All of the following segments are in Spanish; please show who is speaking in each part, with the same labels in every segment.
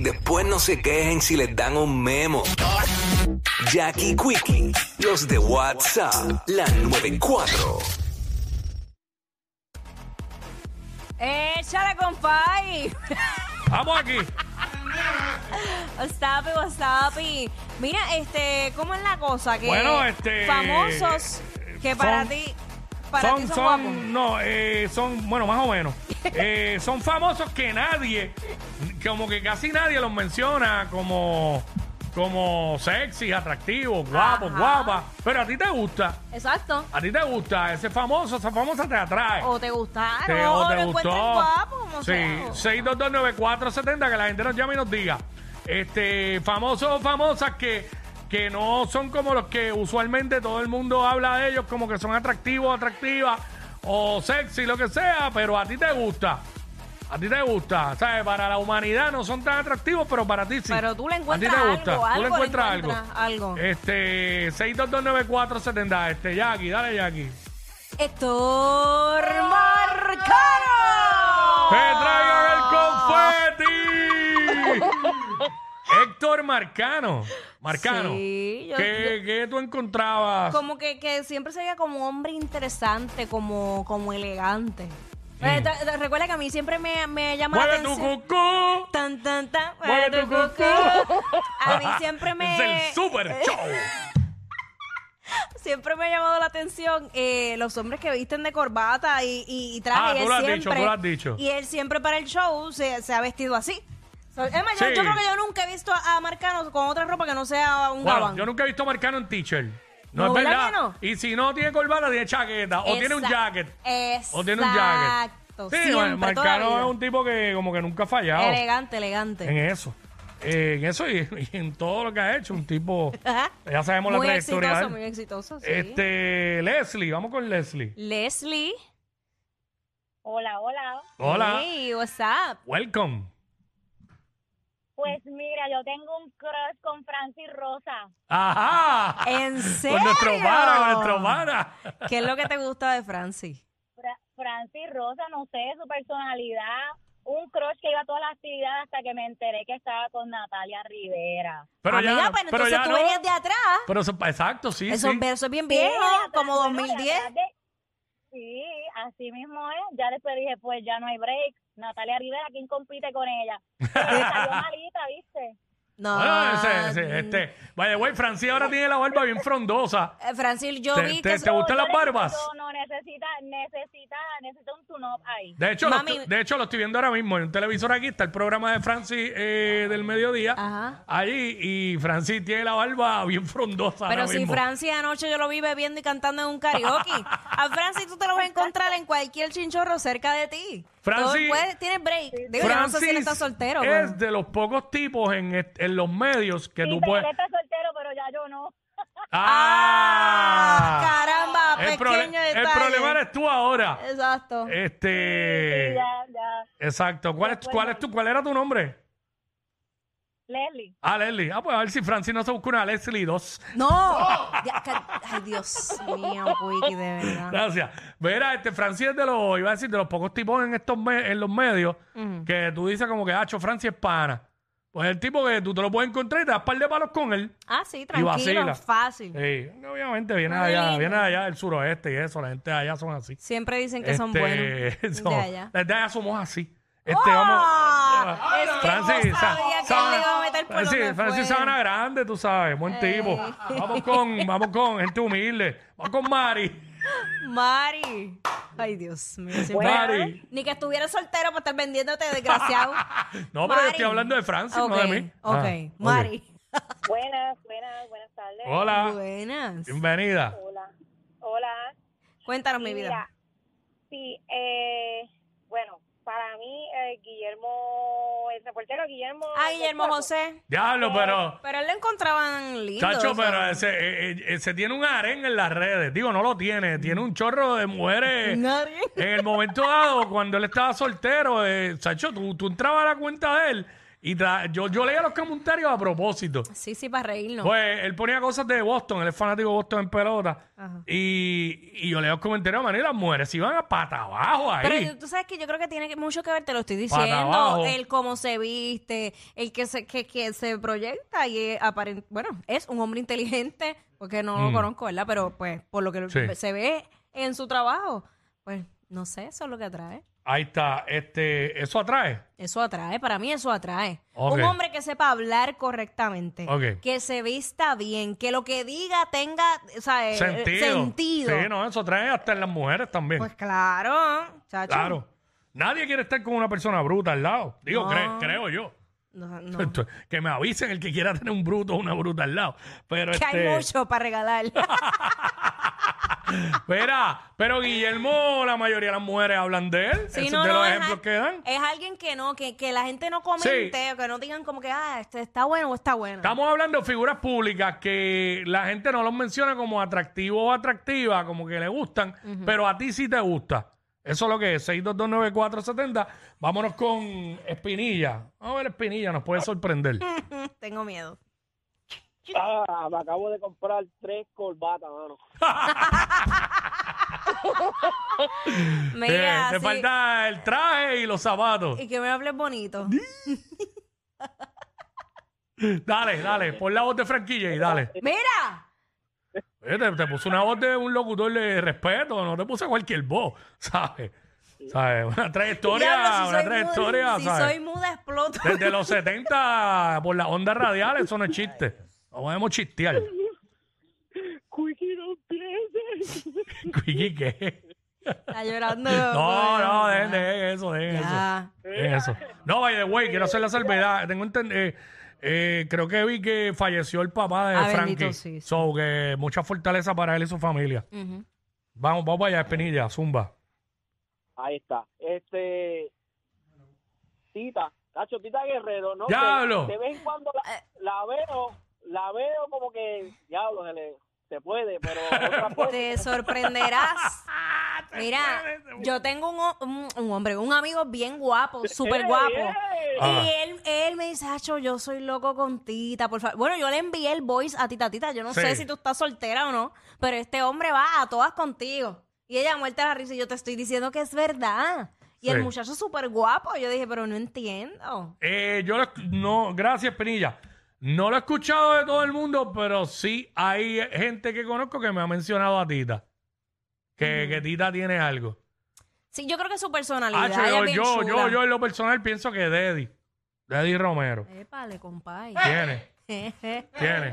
Speaker 1: Después no se quejen si les dan un memo. Jackie Quickie, los de WhatsApp, la 94.
Speaker 2: Échale, compay.
Speaker 3: Vamos aquí.
Speaker 2: Wasabi, wasabi. Mira, este, ¿cómo es la cosa? Que
Speaker 3: Bueno, este, eh,
Speaker 2: Famosos que
Speaker 3: son-
Speaker 2: para ti, para ti
Speaker 3: son,
Speaker 2: son, guapos.
Speaker 3: son, no, eh, son, bueno, más o menos. Eh, son famosos que nadie, como que casi nadie los menciona como, como sexy, atractivo, guapo,
Speaker 2: Ajá.
Speaker 3: guapa. Pero a ti te gusta,
Speaker 2: Exacto.
Speaker 3: a ti te gusta, ese famoso, esa famosa te atrae.
Speaker 2: O te gustaron,
Speaker 3: Te-
Speaker 2: o,
Speaker 3: o te
Speaker 2: Ah, lo encuentran
Speaker 3: gustó.
Speaker 2: guapo, como
Speaker 3: sí,
Speaker 2: sea. o-
Speaker 3: 6229470, que la gente nos llame y nos diga. Este, famosos o famosas que, que no son como los que usualmente todo el mundo habla de ellos, como que son atractivos, atractivas, o sexy, lo que sea, pero a ti te gusta. A ti te gusta, ¿sabes? Para la humanidad no son tan atractivos, pero para ti sí.
Speaker 2: Pero tú le
Speaker 3: A ti
Speaker 2: encuentras
Speaker 3: te
Speaker 2: algo,
Speaker 3: gusta, tú
Speaker 2: algo
Speaker 3: le
Speaker 2: le
Speaker 3: encuentras algo.
Speaker 2: encuentras algo.
Speaker 3: Este, 6229470, este, Jackie, dale, Jackie.
Speaker 2: Héctor Marcano.
Speaker 3: ¡Que traigan el confeti! Héctor Marcano. Marcano.
Speaker 2: Sí, yo-
Speaker 3: ¿qué, qué tú encontrabas?
Speaker 2: Como que, que siempre sería como un hombre interesante, como, como elegante.
Speaker 3: Mm.
Speaker 2: Eh, te- te- recuerda que a mí siempre me, me llama la
Speaker 3: ¡Mueve tu
Speaker 2: atención.
Speaker 3: cucú!
Speaker 2: Tan, tan, tan,
Speaker 3: ¡Mueve tu cucú!
Speaker 2: cucú. A mí siempre me.
Speaker 3: ¡Es el super show!
Speaker 2: Siempre me ha llamado la atención eh, los hombres que visten de corbata y, y, y traje.
Speaker 3: Ah,
Speaker 2: y
Speaker 3: tú
Speaker 2: él
Speaker 3: lo has
Speaker 2: siempre,
Speaker 3: dicho, tú lo has dicho.
Speaker 2: Y él siempre para el show se, se ha vestido así. So, es más, yo-
Speaker 3: Sí.
Speaker 2: yo, creo que yo nunca he visto a, a Marcano con otra ropa que no sea un
Speaker 3: Bueno,
Speaker 2: gabán.
Speaker 3: yo nunca he visto a Marcano en teacher. No,
Speaker 2: No,
Speaker 3: es
Speaker 2: ¿verdad
Speaker 3: verdad.
Speaker 2: que no?
Speaker 3: Y si no tiene corbata, tiene chaqueta. O tiene un
Speaker 2: Exact-
Speaker 3: jacket.
Speaker 2: Exacto.
Speaker 3: O tiene un jacket. Sí,
Speaker 2: siempre, toda la
Speaker 3: Marcano
Speaker 2: vida.
Speaker 3: es un tipo que como que nunca ha fallado.
Speaker 2: Elegante, elegante.
Speaker 3: en eso. Eh, en eso y, y en todo lo que ha hecho. Un tipo.
Speaker 2: Ajá.
Speaker 3: Ya sabemos
Speaker 2: muy
Speaker 3: la trayectoria. de
Speaker 2: exitoso,
Speaker 3: él.
Speaker 2: muy exitoso, sí.
Speaker 3: Este, Leslie, vamos con Leslie.
Speaker 2: Leslie.
Speaker 4: Hola, hola.
Speaker 3: Hola.
Speaker 2: Hey, what's up?
Speaker 3: Welcome.
Speaker 4: Pues
Speaker 3: Mm.
Speaker 4: mira, yo tengo un crush con Francis Rosa.
Speaker 3: Ajá.
Speaker 2: ¿En serio?
Speaker 3: Con nuestro vara, con nuestro vara.
Speaker 2: ¿Qué es lo que te gusta de Francis?
Speaker 4: Fra- Francis Rosa, no sé, su personalidad. Un crush que iba a todas las actividades hasta que me enteré que estaba con Natalia Rivera.
Speaker 3: Pero
Speaker 2: Amiga,
Speaker 3: ya, no,
Speaker 2: pero
Speaker 3: pero
Speaker 2: entonces
Speaker 3: ya
Speaker 2: tú
Speaker 3: no.
Speaker 2: venías de atrás.
Speaker 3: Pero eso- exacto, sí,
Speaker 2: Eso,
Speaker 3: sí.
Speaker 2: eso es bien
Speaker 4: Sí,
Speaker 2: viejo,
Speaker 4: de atrás,
Speaker 2: como
Speaker 4: bueno, de
Speaker 2: 2010.
Speaker 4: atrás de- Sí, así mismo es. Ya después dije, pues ya no hay break. Natalia Rivera, ¿quién compite con ella? Pero me salió malita, ¿viste?
Speaker 2: No.
Speaker 3: Bueno, Ah, ese- ese-
Speaker 2: mm,
Speaker 3: este, vaya, güey, Francia ahora tiene la barba bien frondosa.
Speaker 2: eh, Francis, yo
Speaker 3: Te-
Speaker 2: vi
Speaker 3: te-
Speaker 2: que...
Speaker 3: te
Speaker 2: so-
Speaker 3: gustan
Speaker 4: No,
Speaker 3: las
Speaker 4: yo le-
Speaker 3: barbas?
Speaker 4: No, no, necesita, necesita, necesita un tune-up ahí.
Speaker 3: De hecho, lo
Speaker 2: Mami.
Speaker 3: estu- de hecho, lo estoy viendo ahora mismo en un televisor aquí. Está el programa de Francis eh, del mediodía.
Speaker 2: Ajá.
Speaker 3: Allí, y Francis tiene la barba bien frondosa.
Speaker 2: Pero
Speaker 3: ahora
Speaker 2: si
Speaker 3: mismo.
Speaker 2: Francis anoche yo lo vi bebiendo y cantando en un karaoke. A Francis tú te lo vas a encontrar en cualquier chinchorro cerca de ti.
Speaker 3: Francis-
Speaker 2: Todo puede- tienes break. Digo, yo no sé si él está soltero.
Speaker 3: es
Speaker 2: pero-
Speaker 3: de los pocos tipos en, est- en los medios que
Speaker 4: Sí,
Speaker 3: tú
Speaker 4: pero
Speaker 3: puedes.
Speaker 4: él está soltero, pero ya yo no.
Speaker 3: ¡Ah!
Speaker 2: Caramba,
Speaker 3: el, prole-
Speaker 2: pequeño
Speaker 3: el
Speaker 2: detalle.
Speaker 3: problema Eh. eres tú ahora.
Speaker 2: Exacto.
Speaker 3: Este.
Speaker 4: Ya, ya.
Speaker 3: Exacto. ¿Cuál, es, cuál, es tu, ¿Cuál era tu nombre?
Speaker 4: Leslie.
Speaker 3: Ah, Leslie. Ah, pues a ver si Francis no se busca una Leslie 2.
Speaker 2: No.
Speaker 3: Oh.
Speaker 2: Ya, ca- Ay, Dios mío, Wiki, de verdad.
Speaker 3: Gracias. Mira, este Francis es de los, iba a decir, de los pocos tipos en estos me- en los medios
Speaker 2: Ujú.
Speaker 3: que tú dices como que, hacho, Francis es pana. Pues el tipo que tú te lo puedes encontrar y te das par de palos con él.
Speaker 2: Ah, sí,
Speaker 3: vacila.
Speaker 2: tranquilo, fácil.
Speaker 3: Sí, obviamente viene
Speaker 2: Muy
Speaker 3: allá,
Speaker 2: lindo.
Speaker 3: viene allá del suroeste y eso, la gente de allá son así.
Speaker 2: Siempre dicen que son
Speaker 3: Este,
Speaker 2: buenos.
Speaker 3: son-
Speaker 2: De allá.
Speaker 3: La gente de allá somos así. Este,
Speaker 2: ¡Ah!
Speaker 3: vamos.
Speaker 2: Es que
Speaker 3: Francis,
Speaker 2: no
Speaker 3: sa-
Speaker 2: sabía que
Speaker 3: Sabana-
Speaker 2: él le iba a meter por
Speaker 3: Francis,
Speaker 2: donde
Speaker 3: Francis
Speaker 2: fue.
Speaker 3: Sabana Grande, tú sabes, buen tipo. Vamos con, vamos con gente humilde. Vamos con Mari.
Speaker 2: Mari. Ay, Dios mío. siempre-
Speaker 3: Mari.
Speaker 2: Ni que estuviera soltero para estar vendiéndote, desgraciado.
Speaker 3: No, Oh, pero yo estoy hablando de Francis, no de
Speaker 2: Ok,
Speaker 3: mí.
Speaker 2: Ok,
Speaker 3: Ah, ok.
Speaker 2: Mari.
Speaker 4: Buenas, buenas, buenas tardes.
Speaker 3: Hola.
Speaker 2: Buenas.
Speaker 3: Bienvenida.
Speaker 4: Hola. Hola.
Speaker 2: Cuéntanos mi
Speaker 4: Sí,
Speaker 2: vida.
Speaker 4: mira, sí, eh, bueno, para mí, eh, Guillermo, el reportero Guillermo.
Speaker 2: Ah, Guillermo
Speaker 4: Del Pozo.
Speaker 2: José.
Speaker 3: Diablo, pero.
Speaker 2: Pero él lo encontraban Oh, lindo.
Speaker 3: Chacho,
Speaker 2: o sea.
Speaker 3: pero ese, eh, eh, ese tiene un harén en las redes. Digo, no lo tiene. Tiene un chorro de mujeres.
Speaker 2: Nadie.
Speaker 3: En el momento dado, cuando él estaba soltero, eh, Chacho, tú, tú entrabas a la cuenta de él Y tra- yo, yo leía los comentarios a propósito.
Speaker 2: Sí, sí, para reírnos.
Speaker 3: Pues él ponía cosas de Boston, él es fanático de Boston en pelota. Y, y yo leía los comentarios, man, y las mujeres iban a pata abajo ahí.
Speaker 2: Pero tú sabes que yo creo que tiene que- mucho que ver, te lo estoy
Speaker 3: Para abajo.
Speaker 2: diciendo, el cómo se viste, el que se, que, que se proyecta y eh, aparent- bueno, es un hombre inteligente, porque no lo conozco, ¿verdad? Pero pues por lo que
Speaker 3: Mm. Sí.
Speaker 2: se ve en su trabajo, pues no sé, eso es lo que atrae.
Speaker 3: Ahí está, este, eso atrae.
Speaker 2: Eso atrae, para mí eso atrae.
Speaker 3: Ok.
Speaker 2: Un hombre que sepa hablar correctamente,
Speaker 3: Ok.
Speaker 2: que se vista bien, que lo que diga tenga o sea, eh,
Speaker 3: Sentido.
Speaker 2: sentido.
Speaker 3: Sí, no, eso atrae hasta en las mujeres también.
Speaker 2: Pues claro, chacho.
Speaker 3: claro. Nadie quiere estar con una persona bruta al lado. Digo,
Speaker 2: No.
Speaker 3: cre- creo yo.
Speaker 2: No, no.
Speaker 3: Que me avisen el que quiera tener un bruto o una bruta al lado. Pero
Speaker 2: Que hay
Speaker 3: este,
Speaker 2: mucho para regalar.
Speaker 3: espera, pero Guillermo, la mayoría de las mujeres hablan de él.
Speaker 2: Sí,
Speaker 3: Ese es
Speaker 2: no,
Speaker 3: de
Speaker 2: no,
Speaker 3: los
Speaker 2: es
Speaker 3: ejemplos
Speaker 2: al-
Speaker 3: que dan.
Speaker 2: Es alguien que no, que, que la gente no comente, o que no digan como que, ah, este está bueno o está bueno.
Speaker 3: Estamos hablando de figuras públicas que la gente no los menciona como atractivo o atractiva, como que le gustan, pero a ti sí te gusta. Eso es lo que es, 6229470. Vámonos con Espinilla. Vamos a ver, Espinilla, nos puede sorprender.
Speaker 2: Tengo miedo.
Speaker 5: Ah, me acabo de comprar tres corbatas, mano.
Speaker 2: Mira,
Speaker 3: Eh, te, te
Speaker 2: sí,
Speaker 3: falta el traje y los zapatos.
Speaker 2: y que me hables bonito.
Speaker 3: Dale, dale, pon la voz de Franquilla y dale.
Speaker 2: Mira,
Speaker 3: Oye, te, te puse una voz de un locutor de respeto, no te puse cualquier voz, ¿sabes? ¿Sabes? Una trayectoria,
Speaker 2: diablo, si
Speaker 3: una
Speaker 2: soy
Speaker 3: trayectoria,
Speaker 2: muda, si
Speaker 3: ¿sabes?
Speaker 2: soy muda exploto.
Speaker 3: Desde los 70, por las ondas radiales, eso no es chiste. No podemos chistear.
Speaker 5: Quickie no pienses.
Speaker 3: Quickie, ¿qué?
Speaker 2: está llorando.
Speaker 3: No, no, dejen, dejen eso, dejen eso.
Speaker 2: Ya.
Speaker 3: Dejen
Speaker 5: Eh.
Speaker 3: eso. No, by the way, quiero hacer la salvedad. Tengo enten- eh, eh, creo que vi que falleció el papá de
Speaker 2: Ah,
Speaker 3: Frankie.
Speaker 2: bendito, sí, sí.
Speaker 3: So, que mucha fortaleza para él y su familia.
Speaker 2: Ujú.
Speaker 3: Vamos, vamos allá, Espinilla, Zumba.
Speaker 5: Ahí está. Este. Tita, Cacho, Tita Guerrero, ¿no?
Speaker 3: Diablo.
Speaker 5: De, de vez en cuando
Speaker 4: Eh.
Speaker 5: la, la veo, la veo como que, diablo, se, le, se puede, pero. otra vez,
Speaker 2: Te sorprenderás. Ah, Mira, yo tengo un, ho- un- un hombre, un amigo bien guapo, súper guapo.
Speaker 5: ¡eh!
Speaker 3: Ah.
Speaker 2: Y él, él me dice, Hacho, yo soy loco con Tita, por favor. Bueno, yo le envié el voice a Tita, Tita, yo no
Speaker 3: Sí.
Speaker 2: sé si tú estás soltera o no, pero este hombre va a todas contigo. Y ella muerta de la risa y yo te estoy diciendo que es verdad. Y
Speaker 3: Sí.
Speaker 2: el muchacho súper guapo. Yo dije, pero no entiendo.
Speaker 3: Eh, yo lo esc- no, gracias, Penilla. No lo he escuchado de todo el mundo, pero sí hay gente que conozco que me ha mencionado a Tita.
Speaker 2: Mm.
Speaker 3: Que, que Tita tiene algo.
Speaker 2: Sí, yo creo que su personalidad ella
Speaker 3: Ah,
Speaker 2: es
Speaker 3: yo,
Speaker 2: bien
Speaker 3: yo, yo,
Speaker 2: chula.
Speaker 3: yo en lo personal pienso que Deddy. Deddy Romero.
Speaker 2: Épale, compay.
Speaker 3: Tiene, tiene.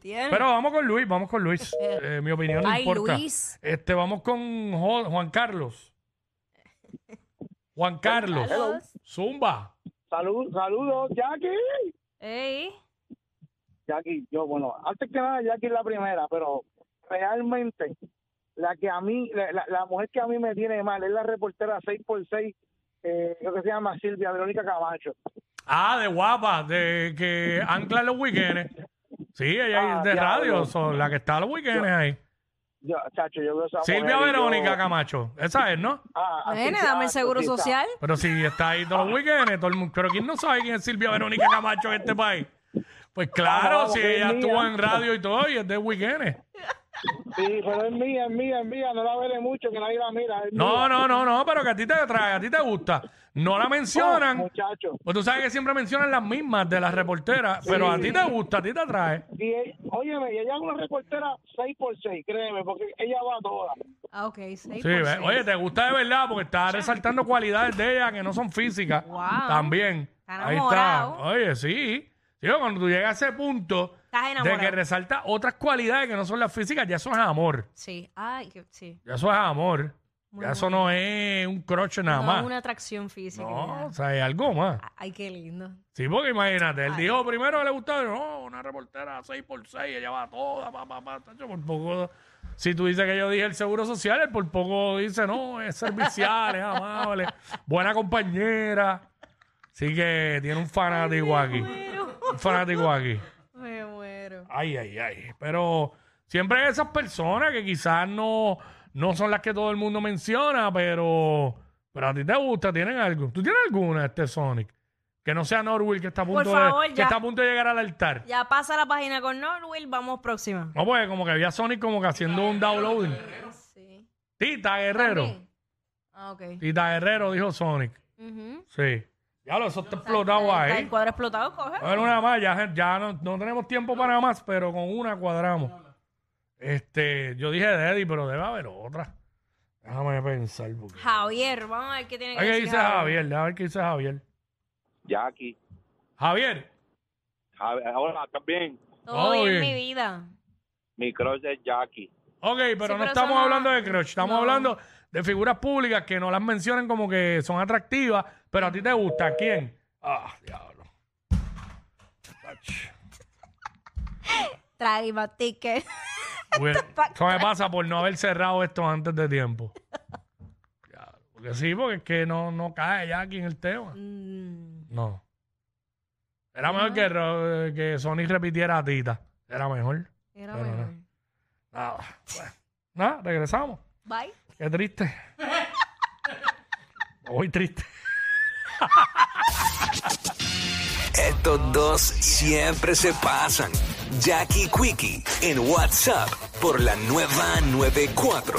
Speaker 2: Tiene.
Speaker 3: Pero vamos con Luis, vamos con Luis. Eh, mi opinión no
Speaker 2: Ay,
Speaker 3: importa.
Speaker 2: Luis.
Speaker 3: Este, vamos con Jo- Juan Carlos. Juan Carlos. Zumba.
Speaker 5: Salud, saludos, Jackie.
Speaker 2: Ey.
Speaker 5: Jackie, yo, bueno, antes que nada, Jackie es la primera, pero realmente la que a mí, la, la- la mujer que a mí me tiene mal es la reportera 6x6, eh, creo que se llama Silvia Verónica Camacho.
Speaker 3: Ah, de guapa, de que ancla los weekends. Sí, ella
Speaker 5: Ah,
Speaker 3: es de
Speaker 5: diablo.
Speaker 3: radio, son la que está los weekends ahí.
Speaker 5: Yo, chacho, yo veo esa
Speaker 3: Silvia
Speaker 5: mujer y yo-
Speaker 3: Verónica Camacho, esa es, ¿no?
Speaker 5: Ah, así
Speaker 2: Nene,
Speaker 5: que,
Speaker 2: dame
Speaker 5: ah,
Speaker 2: el seguro
Speaker 5: cosita.
Speaker 2: social.
Speaker 3: Pero si está ahí todos los weekends, todo el mundo. Pero ¿quién no sabe quién es Silvia Verónica Camacho en este país? Pues claro,
Speaker 5: Vamos,
Speaker 3: si
Speaker 5: que es
Speaker 3: ella
Speaker 5: mía.
Speaker 3: estuvo en radio y todo, y es de weekends.
Speaker 5: Sí, pero es mía, es mía, es mía, no la veré mucho, que nadie la mira. es
Speaker 3: No,
Speaker 5: mía.
Speaker 3: no, no, no, pero que a ti te atrae, a ti te gusta. No la
Speaker 5: Oh,
Speaker 3: mencionan.
Speaker 5: muchacho.
Speaker 3: Pues tú sabes que siempre mencionan las mismas de las reporteras, pero a ti te gusta, a ti te atrae.
Speaker 5: Y, eh, óyeme, y ella es una reportera 6x6, créeme, porque ella va a todas.
Speaker 2: Ah, ok, seis
Speaker 3: Sí,
Speaker 2: por
Speaker 3: ve-
Speaker 2: seis.
Speaker 3: oye, te gusta de verdad porque está resaltando cualidades de ella que no son físicas.
Speaker 2: Wow.
Speaker 3: También.
Speaker 2: Está
Speaker 3: Ahí está.
Speaker 2: enamorado.
Speaker 3: Oye, sí. Sí, cuando tú llegas a ese punto
Speaker 2: Estás
Speaker 3: de
Speaker 2: enamorado.
Speaker 3: que resalta otras cualidades que no son las físicas, ya eso es amor.
Speaker 2: Sí, ay, que- sí.
Speaker 3: Ya eso es amor.
Speaker 2: Muy
Speaker 3: ya eso no es un croche nada
Speaker 2: No,
Speaker 3: más.
Speaker 2: una atracción física.
Speaker 3: No,
Speaker 2: ya.
Speaker 3: o sea, es algo más.
Speaker 2: Ay, qué lindo.
Speaker 3: Sí, porque imagínate, él dijo primero que le gustaba, no, una reportera 6x6, ella va toda, pa, pa, pa, tacho, por poco. Si tú dices que yo dije el seguro social, él por poco dice, no, es servicial, es amable, buena compañera. Así que tiene un fanático aquí. Un fanático aquí.
Speaker 2: Me muero.
Speaker 3: Ay, ay, ay. Pero siempre hay esas personas que quizás no, no son las que todo el mundo menciona, pero, pero a ti te gusta, tienen algo. ¿Tú tienes alguna, este Sonic? Que no sea Norwell que está a
Speaker 2: Por
Speaker 3: punto,
Speaker 2: favor,
Speaker 3: de, que
Speaker 2: ya.
Speaker 3: está a punto de llegar al altar.
Speaker 2: Ya pasa la página con Norwell, vamos próxima.
Speaker 3: No, pues como que había Sonic como que haciendo un downloading.
Speaker 2: Sí.
Speaker 3: Tita Guerrero.
Speaker 2: ¿También? Ah, ok.
Speaker 3: Tita Guerrero dijo Sonic.
Speaker 2: Ujú.
Speaker 3: Sí. Ya lo, eso está explotado
Speaker 2: Está
Speaker 3: ahí. Ah.
Speaker 2: El cuadro explotado, coge.
Speaker 3: A ver, una más, ya, ya no, no tenemos tiempo para más, pero con una cuadramos. Este, yo dije de Eddie, pero debe haber otra. Déjame pensar. Porque...
Speaker 2: Javier, vamos a ver qué tiene que
Speaker 3: Ay, ¿Qué
Speaker 2: decir
Speaker 3: dice Javier? Déjame ver qué dice Javier.
Speaker 6: Jackie.
Speaker 3: Javier,
Speaker 6: Javi- Hola, ¿estás bien?
Speaker 2: Todo
Speaker 3: Todo
Speaker 2: bien,
Speaker 3: bien.
Speaker 2: mi vida.
Speaker 6: Mi crush es Jackie.
Speaker 3: ok, pero
Speaker 2: pero
Speaker 3: no
Speaker 2: eso
Speaker 3: estamos
Speaker 2: no-
Speaker 3: hablando de crush, estamos
Speaker 2: no.
Speaker 3: hablando de figuras públicas que no las mencionan como que son atractivas, pero a ti te gusta. ¿A quién? Ah, diablo. Ach.
Speaker 2: Trae más tickets.
Speaker 3: Hubiera- Eso me pasa por no haber cerrado esto antes de tiempo. Ya, Porque sí, porque es que no, no cae ya aquí en el tema.
Speaker 2: Mm,
Speaker 3: No. Era mejor que, Ro- que Sony repitiera a Tita. Era mejor.
Speaker 2: era
Speaker 3: Pero no.
Speaker 2: mejor.
Speaker 3: Nada. Bueno, nada, Ah, regresamos.
Speaker 2: Bye.
Speaker 3: Qué triste. Hoy triste.
Speaker 1: Estos dos siempre se pasan. Jackie Quickie en WhatsApp por la nueva 94.